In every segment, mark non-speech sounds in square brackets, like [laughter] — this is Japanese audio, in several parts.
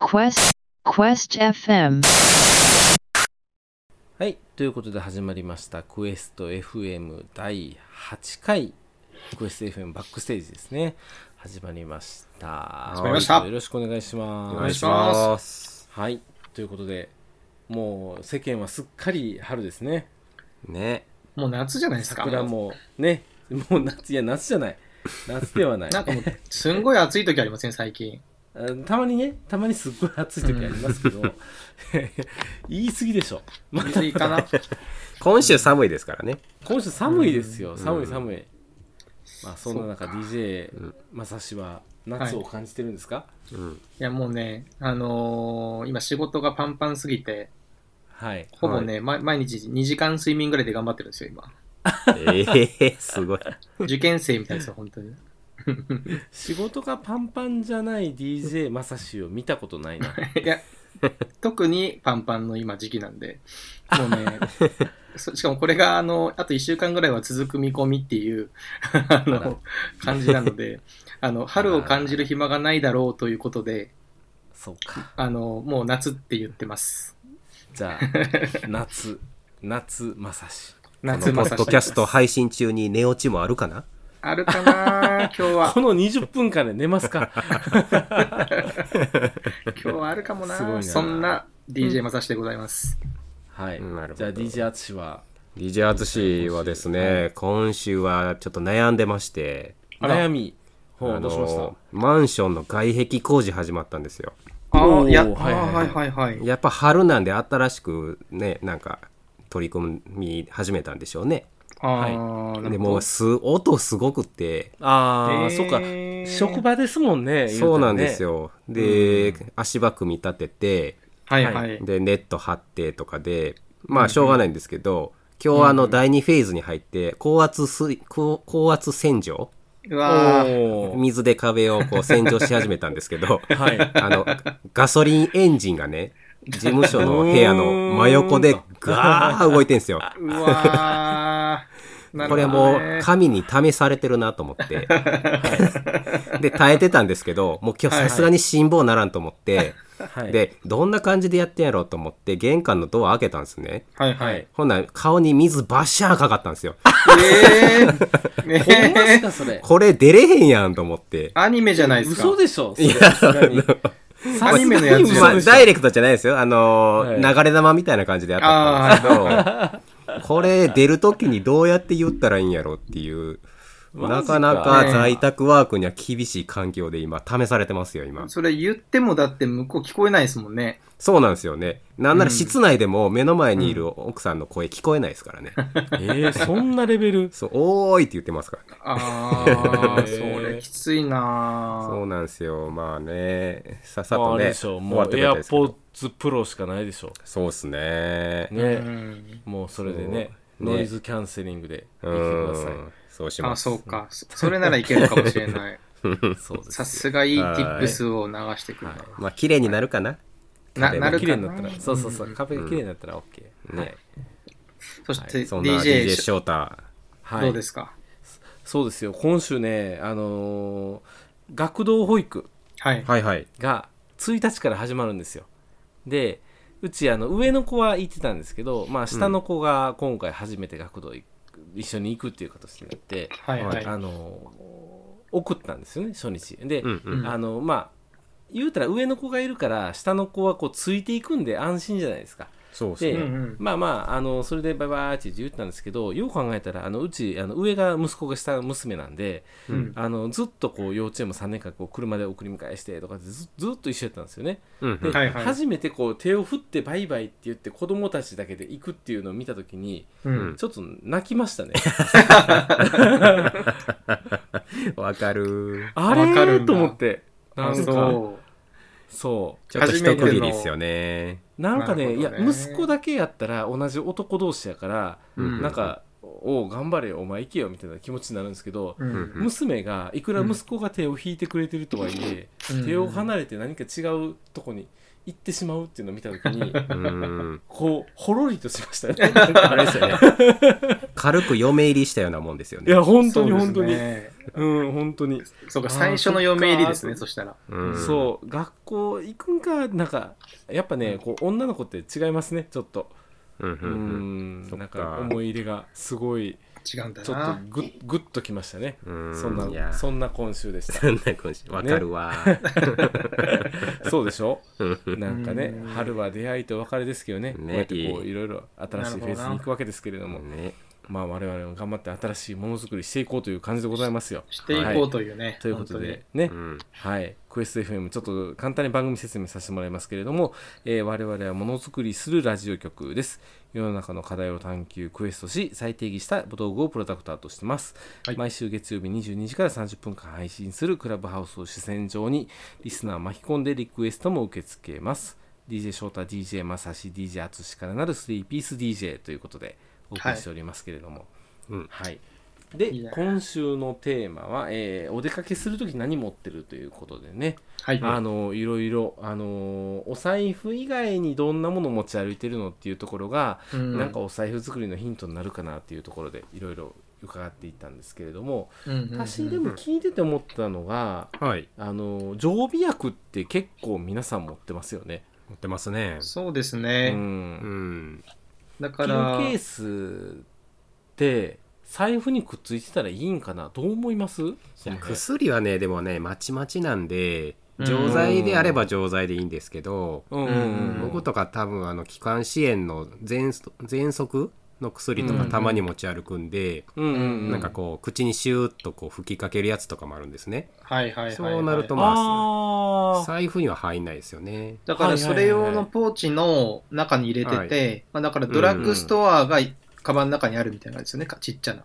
Quest Quest FM はい、ということで始まりました、クエスト FM 第8回、クエスト FM バックステージですね。始まりました。始まりましたよろしくお願いします。お願いします。はい、ということで、もう世間はすっかり春ですね。ね。もう夏じゃないですか。桜もね、もう夏、いや、夏じゃない。夏ではない。なんかもう、すんごい暑い時ありません、[laughs] 最近。あのたまにね、たまにすっごい暑い時ありますけど、 [laughs] 言い過ぎでしょ。また水かな。今週寒いですからね。今週寒いですよ、寒い寒い、まあそんな中 DJ まさしは夏を感じてるんですかうん。いや、もうね、あのー今仕事がパンパンすぎて、はい、ほぼね、ま毎日2時間睡眠ぐらいで頑張ってるんですよ、 [laughs] 今。ええすごい。受験生みたいですよ、本当 [laughs] に。仕事がパンパンじゃない DJ まさしを見たことないないや、特にパンパンの今時期なんで、も [laughs] うね、そしかもこれが、あの、あと1週間ぐらいは続く見込みっていう、 [laughs] あの、感じなので、あの、春を感じる暇がないだろうということで、そうかあの、もう夏って言ってます。じゃ [laughs] あ夏夏まさし夏ポまッさドしキャスト配信中に寝落ちもあるかなあるかな今日はこ。の20分間で寝ます [laughs] か今日はあるかもなすごいなそんな DJ まさしでございます。はいうんなるほじゃあど DJ 淳は ?DJ あずしはですね、今週はちょっと悩んでまして、あら悩みほう、あどのうしましたマンションの外壁工事始まったんですよ。あおあ、ーや、あはいーははいいはいはい。やっぱ春なんで新しくね、なんか取り組み始めたんでしょうね。ああ、なでるもほうす、音すごくって、ああ、えーそうか職場ですもんね言たらねそうなんですよ。で、足場組み立てて、ど。はいはい。でネット張ってとかでまあしょうがないんですけど、今日はあの第2フェーズに入って高圧水高高圧洗浄うわー [laughs] おー水で壁をこう洗浄し始めたんですけどはいあのガソリンエンジンがね事務所の部屋の真横でガー動いてんすよ。うわ [laughs] ーなるほどこねれもう神に試されてるなと思って。で、耐えてたんですけど、もう今日さすがに辛抱ならんと思って、はい、で、どんな感じでやってんやろうと思って、玄関のドア開けたんですね。はいははいい。ほんなら顔に水バッシャーかかったんですよ。えー、ねほんまですえかそれこれ出れへんやんと思って。アニメじゃないですか。嘘でしょそれいやさすが [laughs] にアニメのやつじゃまなあ、いダイレクトじゃないですよ。あのー、はい流れ玉みたいな感じでやったんですけど、これ出るときにどうやって言ったらいいんやろっていう、マなジかかなか在宅ワークには厳しい環境で今、試されてますよ、今。それ言ってもだって向こう聞こえないですもんね。そうなんですよね。なんなら室内でも目の前にいる奥さんの声聞こえないですからね。えー、そんなレベルそう、おーいって言ってますからね。あへあ、ーそれきついなそうなんですよ。まあね、さっさまあとあれね、でしょうもうくエれアたいですけどポッツプロしかないでしょそうっすね。ううね、んもうそれでねそうねノイズキャンセリングでう言ってくださん。そうしあ、ます。そうか。そ [laughs] それならいけるかもしれ [laughs] ない。いそうですさすがいい tips を流してくるな。まあ、綺麗になるかな。な、壁もなる綺か麗になったなら。そうそうそう壁が綺麗になったら OK ねそしてそんな DJ 翔太。はいどうですかそうですよ今週ねあのー学童保育はい。はいはい。が1日から始まるんですよでうちあの上の子は行ってたんですけど、まあ、下の子が今回初めて学童行く一緒に行くっていう形になって、はいはい。あの送ったんですよね初日で、うんうん。んあのまあ言うたら上の子がいるから下の子はこうついていくんで安心じゃないですかそうで、うんうんまあまああのそれでバイバイって言ってたんですけどよう考えたらあのうちあの上が息子が下が娘なんで、うんあのずっとこう幼稚園も3年間こう車で送り迎えしてとかってずずっと一緒やったんですよねうんうで、ん。はいはい初めてこう手を振ってバイバイって言って子供たちだけで行くっていうのを見た時にうん。ちょっと泣きましたね [laughs] [laughs] わかる。あれわかるんーだと思ってなあんかそそうちょっと一区切りですよね。なんかねなるいほどやね息子だけやったら同じ男同士やから、うんなんか「おう頑張れよお前行けよ」みたいな気持ちになるんですけど、う。うん。娘がいくら息子が手を引いてくれてるとはいえ、うん手を離れて何か違うとこに行ってしまうっていうのを見た時 [laughs] にうん。こうほろりとしましたねあれですよね。軽く嫁入りしたようなもんですよ [laughs] いね。や本当にそうです本当にう,、ねん本当に、そうか、あー最初の嫁入りですそっね、かそしたら。うんそう学校行くんかなんかやっぱねこう女の子って違いますねちょっとうんううんんそっかなんか思い入れがすごい違うんだちょっとな。グッグッときましたねうんうんそんいやなそんな今週でしそんな今週わかるわ。た [laughs] そうでしょうんなんかねうん春は出会いと別れですけどねねこうやってこういろいろ新しいフェーズなるほどにな行くわけですけれども、ね。まあ我々も頑張って新しいものづくりしていこうという感じでございますよ。していこはうというね。ということでうね、んはい、クエスト FM ちょっと簡単に番組説明させてもらいますけれども、えー我々はものづくりするラジオ局です世の中の課題を探求クエストし再定義した道具をプロダクターとしてます、はい毎週月曜日22時から30分間配信するクラブハウスを主戦場にリスナーを巻き込んでリクエストも受け付けます DJ 翔太 DJ まさし DJ 淳からなる3ピース DJ ということでお送りしておりますけれども、うんはい。でいや今週のテーマは、えーお出かけするとき何持ってるということでね、はい。あのいろいろ、あのお財布以外にどんなもの持ち歩いてるのっていうところが、うんなんか、お財布作りのヒントになるかなっていうところでいろいろ伺っていったんですけれどもうんうんうん私でも聞いてて思ったのが、はい。あの常備薬って結構皆さん持ってますよね。持ってますね。そうですう、ね。うんん。だ金かケら、ースって財布にくっついてたらいいんかなどう思いますいそやの辺薬はね、でもね、まちまちなんで、うん錠剤であれば錠剤でいいんですけど、うんうん僕とか多分あの気管支炎の喘息喘息の薬とかたまに持ち歩くんで、うんうんうなんかこう口にシューッとこう吹きかけるやつとかもあるんですね。はいはいはいはい。そうなるとああ財布には入んないですよね。だからそれ用のポーチの中に入れてて、まあだからドラッグストアがカバンの中にあるみたいなんですよね、かちっちゃな。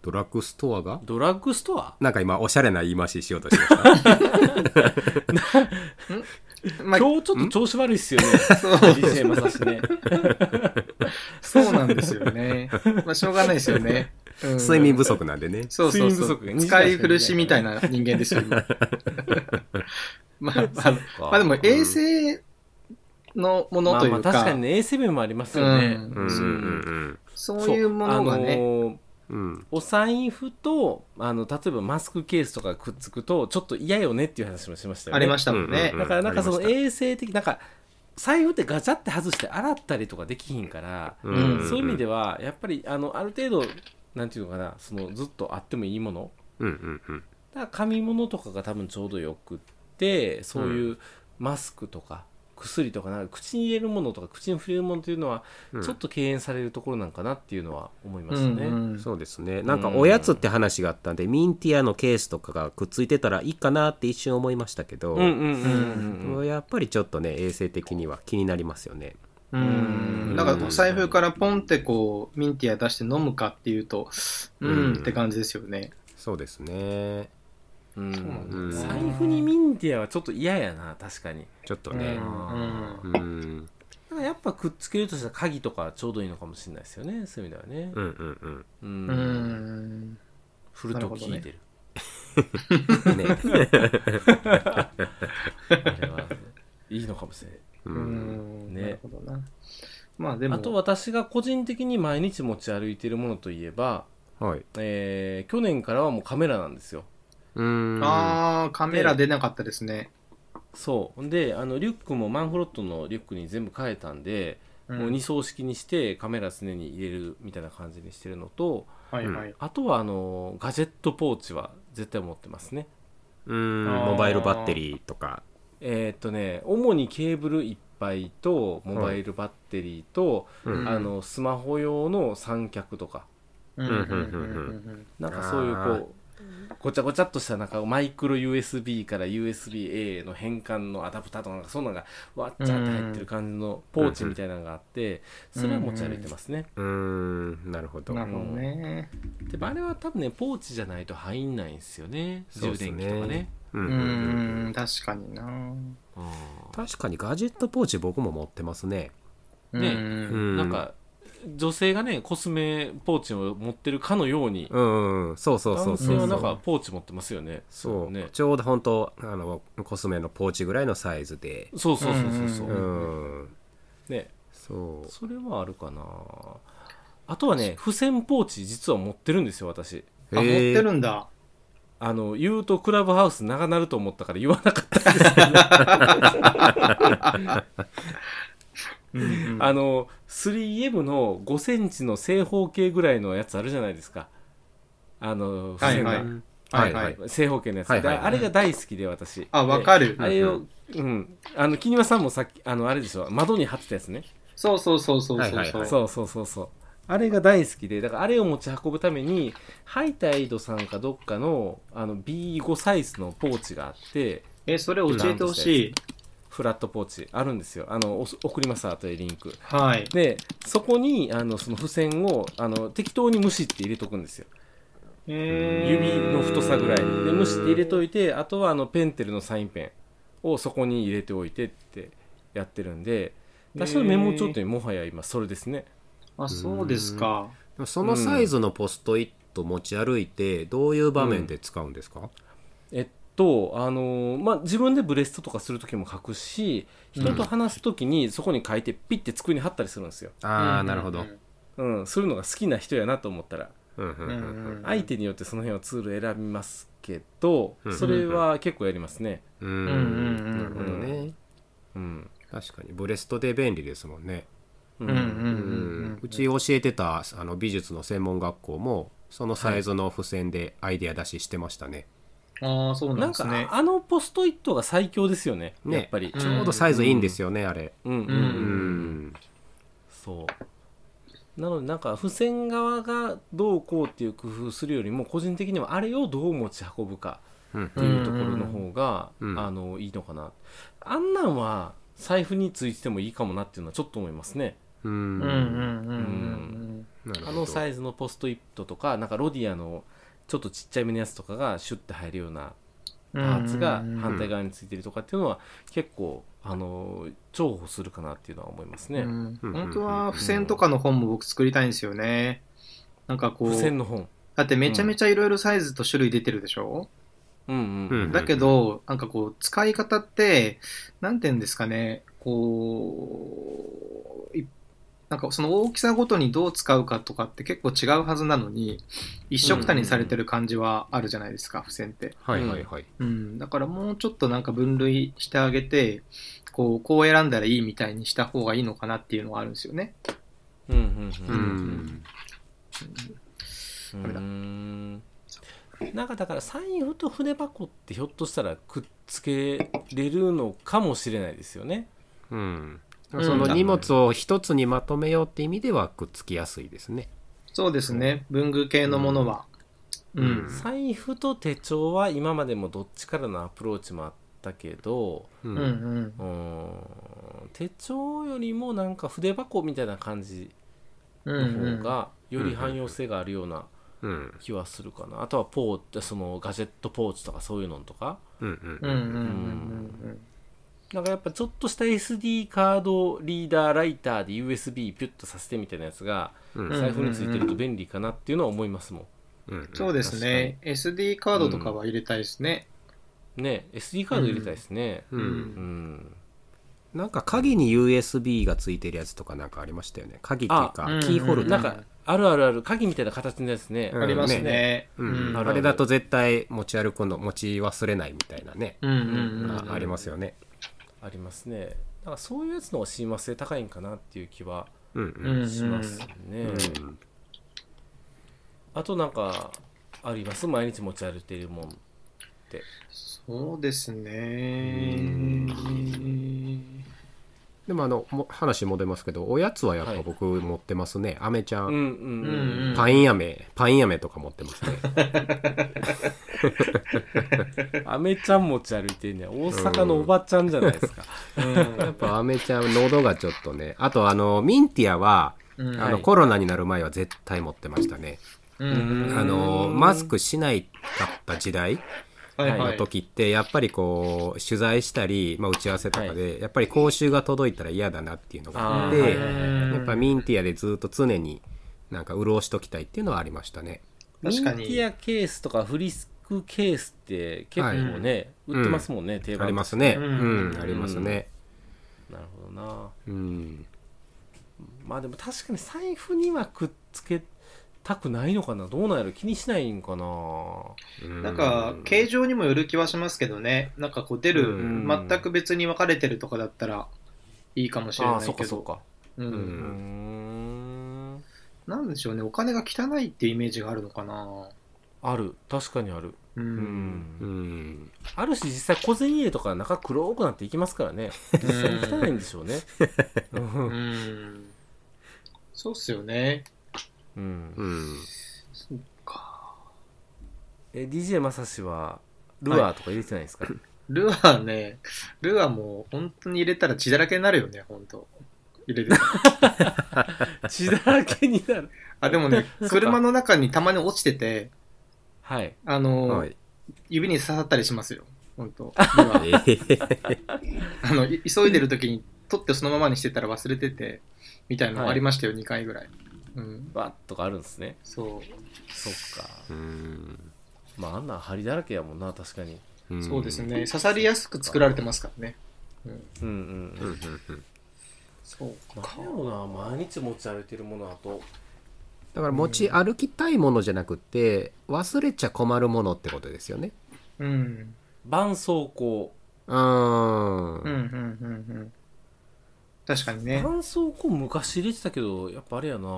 ドラッグストアがドラッグストアなんか今おしゃれな言い回ししようとしました。まあ、今日ちょっと調子悪いっすよねそう DJ まさしね [laughs] そうなんですよね。まあしょうがないですよね。うん睡眠不足なん [laughs] でね。そうそう睡そ眠不足う。が使い古しみたいな人間ですよ、今まあ、あのまあでも衛生のものというか、まあ、まあ確かにね A7 もありますよね、うんうんうんそういうものがあね、のーうん。うん。お財布とあの例えばマスクケースとかくっつくとちょっと嫌よねっていう話もしましたよねありましたもんね。うんだからなんかそのありま衛生的なんか財布ってガチャって外して洗ったりとかできひんから、うんそういう意味では。はやっぱりあのある程度なんていうのかなそのずっとあってもいいものうんうんうん。だから紙物とかが多分ちょうどよくってそういうマスクとか薬とかなんか口に入れるものとか口に触れるものというのはうんちょっと敬遠されるところなんかなっていうのは思いまうすんね。うんそうですね。なんかおやつって話があったんで、ミンティアのケースとかがくっついてたらいいかなって一瞬思いましたけど、うんうんうんうんうんやっぱりちょっとね、衛生的には気になりますよね。うんだからお財布からポンってこうミンティア出して飲むかっていうとうん、うんって感じですよねそうですね。うんうん財布にミンティアはちょっと嫌やな確かにちょっとうね。んうん。うんだからやっぱくっつけるとしたら鍵とかちょうどいいのかもしれないですよねそういう意味ではねうんうんううん、んフルトなるほど聞ねいてるう [laughs] ん。ね。あれはいいのかもしれないうんうんねなるほどなまあでもあと私が個人的に毎日持ち歩いてるものといえば、はい。えー去年からはもうカメラなんですようん。あーカメラ出なかったですね、そうほんであのリュックもマンフロットのリュックに全部変えたんで、うんもう2層式にしてカメラ常に入れるみたいな感じにしてるのとはいはい、あとはあのガジェットポーチは絶対持ってますねうん。モバイルバッテリーとか。えーっとね主にケーブルいっぱいとモバイルバッテリーと、うんあのスマホ用の三脚とかうんんうんうんんなんかそういうあーこうごちゃごちゃっとしたなんかマイクロ USB から USB-A の変換のアダプターとかなんかそんなのがわっちゃって入ってる感じのポーチみたいなのがあってうんそれは持ち歩いてますねうん。なるほど。なるほどねでもあれは多分ねポーチじゃないと入んないんですよねそうっ充すね電器とかねうんううんうんん確かになうん確かにガジェットポーチ僕も持ってますね。うんねうんうんなんか女性がねコスメポーチを持ってるかのように、うん、うん、そうそうそう男そ性うはそなんうかポーチ持ってますよねそう、ねちょうど本当あのコスメのポーチぐらいのサイズでそうそうそうそうそうう、ん、ねそうそれはあるかなあとはね付箋ポーチ実は持ってるんですよ私あ、持ってるんだ。あの言うとクラブハウス長なると思ったから言わなかった、うんうんあの 3M の5センチの正方形ぐらいのやつあるじゃないですかあの付箋が、はいははいいははいい。正方形のやつ、はいはいはいだあれが大好きで私あ、わかるるあ。れをうんあの木庭さんもさっきあのあれでしょ窓に貼ってたやつねそうそうそうそうはいそはういはそ。いうそうそうそうそうあれが大好きでだからあれを持ち運ぶためにハイタイドさんかどっかのあの B5 サイズのポーチがあってえ、それ教えてほしい。フラットポーチあるんですよあのお送ります後でリンクはい。でそこにあのその付箋をあの適当にむしって入れとくんですよえ指の太さぐらいでむしって入れといてあとはあのペンテルのサインペンをそこに入れておいてってやってるんで私のメモ帳ってもはや今それですねー。あ、そうですか。でもそのサイズのポストイット持ち歩いてどういう場面で使うんですか、えっとあのーまあ自分でブレストとかする時も書くし人と話す時にそこに書いてピッて机に貼ったりするんですよ、ああなるほど、うん、するのが好きな人やなと思ったらうんうんうんううんんうん。相手によってその辺はツール選びますけどうんそれは結構やりますねうんうんうんうんなるほどねうん、確かにブレストで便利ですもんね、ううんうんんううんうち教えてたあの美術の専門学校もそのサイズの付箋でアイデア出ししてましたね、うん。ああ、そうななんんですか、ね。あのポストイットが最強ですよねねやっぱり、うんちょうどサイズいいんですよね、あれうんうんう、うんん、そうなのでなんか付箋側がどうこうっていう工夫するよりも個人的にはあれをどう持ち運ぶかうんっていうところの方が、うんうんあのいいのかなあんなんは財布についててもいいかもなっていうのはちょっと思いますねううんんうんうんうんなるほどあのサイズのポストイットとかなんかロディアのちょっとちっちゃいめのやつとかがシュッて入るようなうパーん。ツがうんうんうん反対側についてるとかっていうのは結構あの重宝するかなっていうのは思いますね、うんうん本当は付箋とかの本も僕作りたいんですよね。なんかこ付箋う、の本だってめちゃめちゃいろいろサイズと種類出てるでしょ、うんううんんだけど、なんかこう、使い方って、なんて言うんですかね、こう、いなんかその大きさごとにどう使うかとかって結構違うはずなのに、一緒くたにされてる感じはあるじゃないですか、付箋って。はいはいはい、うん、だからもうちょっとなんか分類してあげて、こう、こう選んだらいいみたいにした方がいいのかなっていうのはあるんですよね。うんうんうんううんんうんダメだーんなんかだから財布と筆箱ってひょっとしたらくっつけれるのかもしれないですよね。うんうんその荷物を一つにまとめようって意味ではくっつきやすいですね。そうですね。文具系のものは。ううんん。財布と手帳は今までもどっちからのアプローチもあったけどううんんうんう。ーん手帳よりもなんか筆箱みたいな感じうのん方がより汎用性があるようなうん気はするかなあとはポーチそのガジェットポーチとかそういうのとかうんうんうんうんうんなんかやっぱちょっとした SD カードリーダーライターで USB ピュッとさせてみたいなやつがうんうんん財布についてると便利かなっていうのは思いますもうんそうですね。SD カードとかは入れたいですね。んね SD カード入れたいですねううんんなんか鍵に USB がついてるやつとかなんかありましたよね。鍵っていうかあうんキーホルうんダなーん。かあるあるある鍵みたいな形のやつねうんありますね。ううんん。ああるれだと絶対持ち歩くの持ち忘れないみたいなね、うんうんうんあありますよね。ありますねなんかそういうやつの方が親和性高いんかなっていう気はうんうんうんしますねあとなんかあります毎日持ち歩いているもんそうですね。でもあのも話戻りますけどおやつはやっぱ僕持ってますね。アメちゃ、うんんうんうんパイン飴パイン飴とか持ってます [laughs] ね。うんアメちゃん持ち歩いてんね大阪のおばちゃんじゃないですかやっぱアメちゃん喉がちょっとねあとあのミンティアは、うんあはのいコロナになる前は絶対持ってましたね、うんうんあのマスクしないかった時代はいはいの時ってやっぱりこう取材したり、まあ、打ち合わせとかで、やっぱり講習が届いたら嫌だなっていうのがあっあーてはいはいはいやっぱミンティアでずっと常になんか潤しときたいっていうのはありましたね。確かミンティに。アケースとかフリスクケースって結構ね、はい売ってますもんね、定番ありますね。ううんん、ありますね。なるほどなうん。まあでも確かに財布にはくっつけたくないのかなどうなんやろ気にしないんかななんか、形状にもよる気はしますけどね。なんかこう出うる、ん全く別に分かれてるとかだったらいいかもしれあなあいそっけかそっど。かう。うんーんんなんでしょうね。お金が汚いっていうイメージがあるのかな。ある確かにあるううんん。うん。あるし実際小銭入れとか中黒くなっていきますからね実際 [laughs] に汚いんでしょうねううんん。そうっすよね。うんうん。そうか。え DJ まさしはルアーとか入れてないですか、ルアーね、ルアーもう本当に入れたら血だらけになるよね、本当入れ [laughs] てたら血だらけになるあ、でもね、車の中にたまに落ちてて、はいあの、はい。指に刺さったりしますよ。本 [laughs] 当。ルアーあの、い急いでる時に取ってそのままにしてたら忘れてて、みたいなのありましたよ、2回ぐらい。うん。バッとかあるんですねそそっかうん。まああんなん針だらけやもんな確かにう。そうですね。刺さりやすく作られてますからね。うん。うんううんん。ううんんうんそうか何。やろな毎日持ち歩いてるものあとだから持ち歩きたいものじゃなくて、忘れちゃ困るものってことですよね。うん。絆創膏ううん、ー。うん、うんん。確かにね。絆創膏昔入れてたけどやっぱあれやな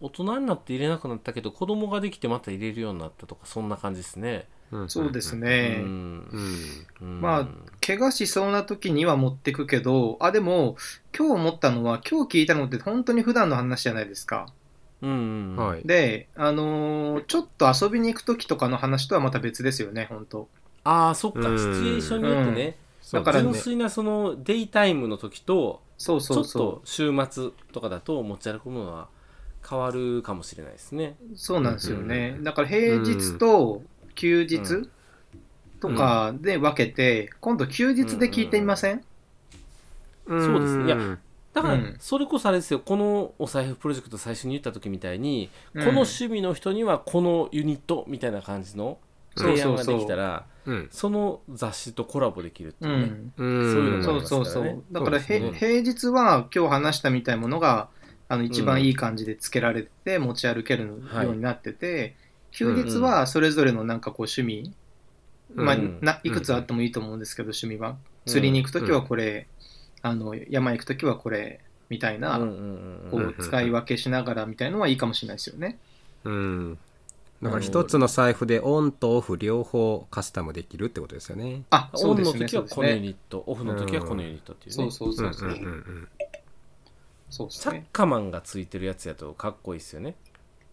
大人になって入れなくなったけど子供ができてまた入れるようになったとかそんな感じですね、うんそうです。うね。んうん。うんまあ怪我しそうな時には持ってくけど、あ、でも、今日思ったのは、今日聞いたのって本当に普段の話じゃないですか。うんうんはいい。で、あのーちょっと遊びに行く時とかの話とはまた別ですよね、本当ああそっかシチうんュエーションによってねそうだからで純すね粋なそのデイタイムの時とそうちょそうっそと週末とかだと持ち歩くものは変わるかもしれないですねう。そうなんですよね。うんだから平日と休日、うんとかで分けて、今度休日で聞いてみません、そうですねいやうんだからうんそれこそあれですよこのお財布プロジェクト最初に言った時みたいに、うんこの趣味の人にはこのユニットみたいな感じの提案ができたらうん。その雑誌とコラボできるってう。いうんそそういうのもありそううますそうそそうですうね。だからへ、そうです平日は今日話したみたいものが、あの、一う番んいい感じでつけられて、持ち歩けるはいようになってて、休日はそれぞれのなんかこう趣味、まあ、うんな、いくつあってもいいと思うんですけど、趣味は。釣りに行くときはこれ、あの、山行くときはこれ、みたいな、うんうんうんこうんんう、使い分けしながらみたいのはいいかもしれないですよね。うん。だから一つの財布でオンとオフ両方カスタムできるってことですよね。あ、そオうンでのすね。時そはうですこのユね。ニットオフの時はこのユニットっていうね、そうそうそうそう。んうんうんうんそうですサッね。カマンがついてるやつやとかっこいいですよね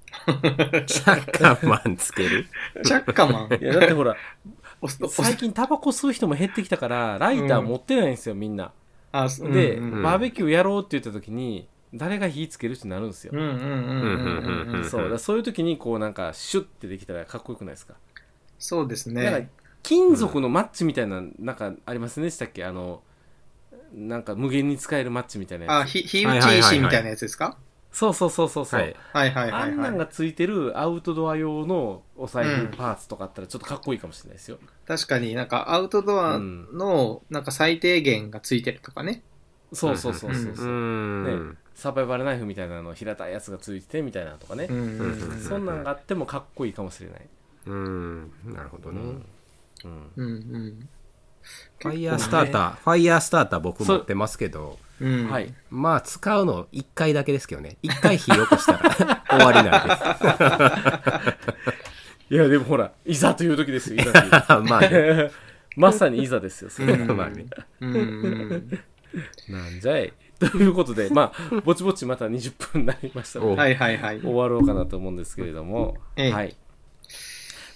チャッカマンつけるチャッカマン。いやだってほら [laughs] おすおす最近タバコ吸う人も減ってきたからライター持ってないんですよみんな、あすで、うんうんバーベキューやろうって言った時に誰が火つけるってなるんですよ、うんうんうんうんうんうんんそうだからそういう時にこうなんかシュッてできたらかっこよくないですかそうですなんかね。金属のマッチみたいな、なんかありませんでしたっけあの、なんか無限に使えるマッチみたいなあ、やつ。ひ、ひ打ち石みたいなやつですかそうそうそうそうそう、はい。はいはいはあいんなんはい。がついてるアウトドア用のお財うん布パーツとかあったらちょっとかっこいいかもしれないですよ。確かになんかアウトドアのなんか最低限がついてるとかね。そうそうそうそうううそう、ん。ね。サバイバルナイフみたいなの平たいやつがついてみたいなのとかね、うんうんうんうんそんなんがあってもかっこいいかもしれない。うん。なるほどうねん。うんうんうん。ファイヤースターター、ファイヤースターター僕持ってますけど、うん。はい。まあ使うの1回だけですけどね。1回火起こしたら終わりなんでいやでもほら、いざという時ですよ、いざという時。す。まあね。 [laughs] まさにいざですよ、それはまあねうんうんなんじゃい。 [laughs] ということで、まあ、ぼちぼちまた20分になりましたのおで、うんはいはいはい。終わろうかなと思うんですけれども、ええはい。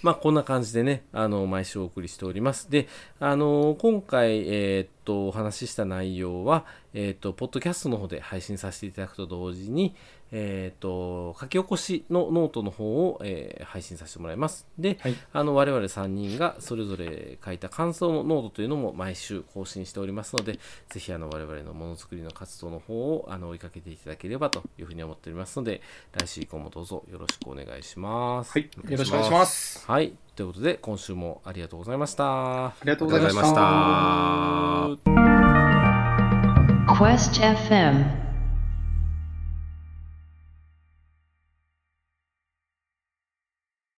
まあ、こんな感じでね、あの、毎週お送りしております。で、あの、今回、えーっと、お話しした内容は、えっ、と、ポッドキャストの方で配信させていただくと同時に、えっ、と、書き起こしのノートの方を、えー配信させてもらいます。で、はいあの、我々3人がそれぞれ書いた感想のノートというのも毎週更新しておりますので、ぜひ、あの、我々のものづくりの活動の方を、あの、追いかけていただければというふうに思っておりますので、来週以降もどうぞよろしくお願いします。はい。よろしくお願いします。はい。ということで、今週もありがとうございました。ありがとあうりござがとういまございし。ましたた。 Quest FM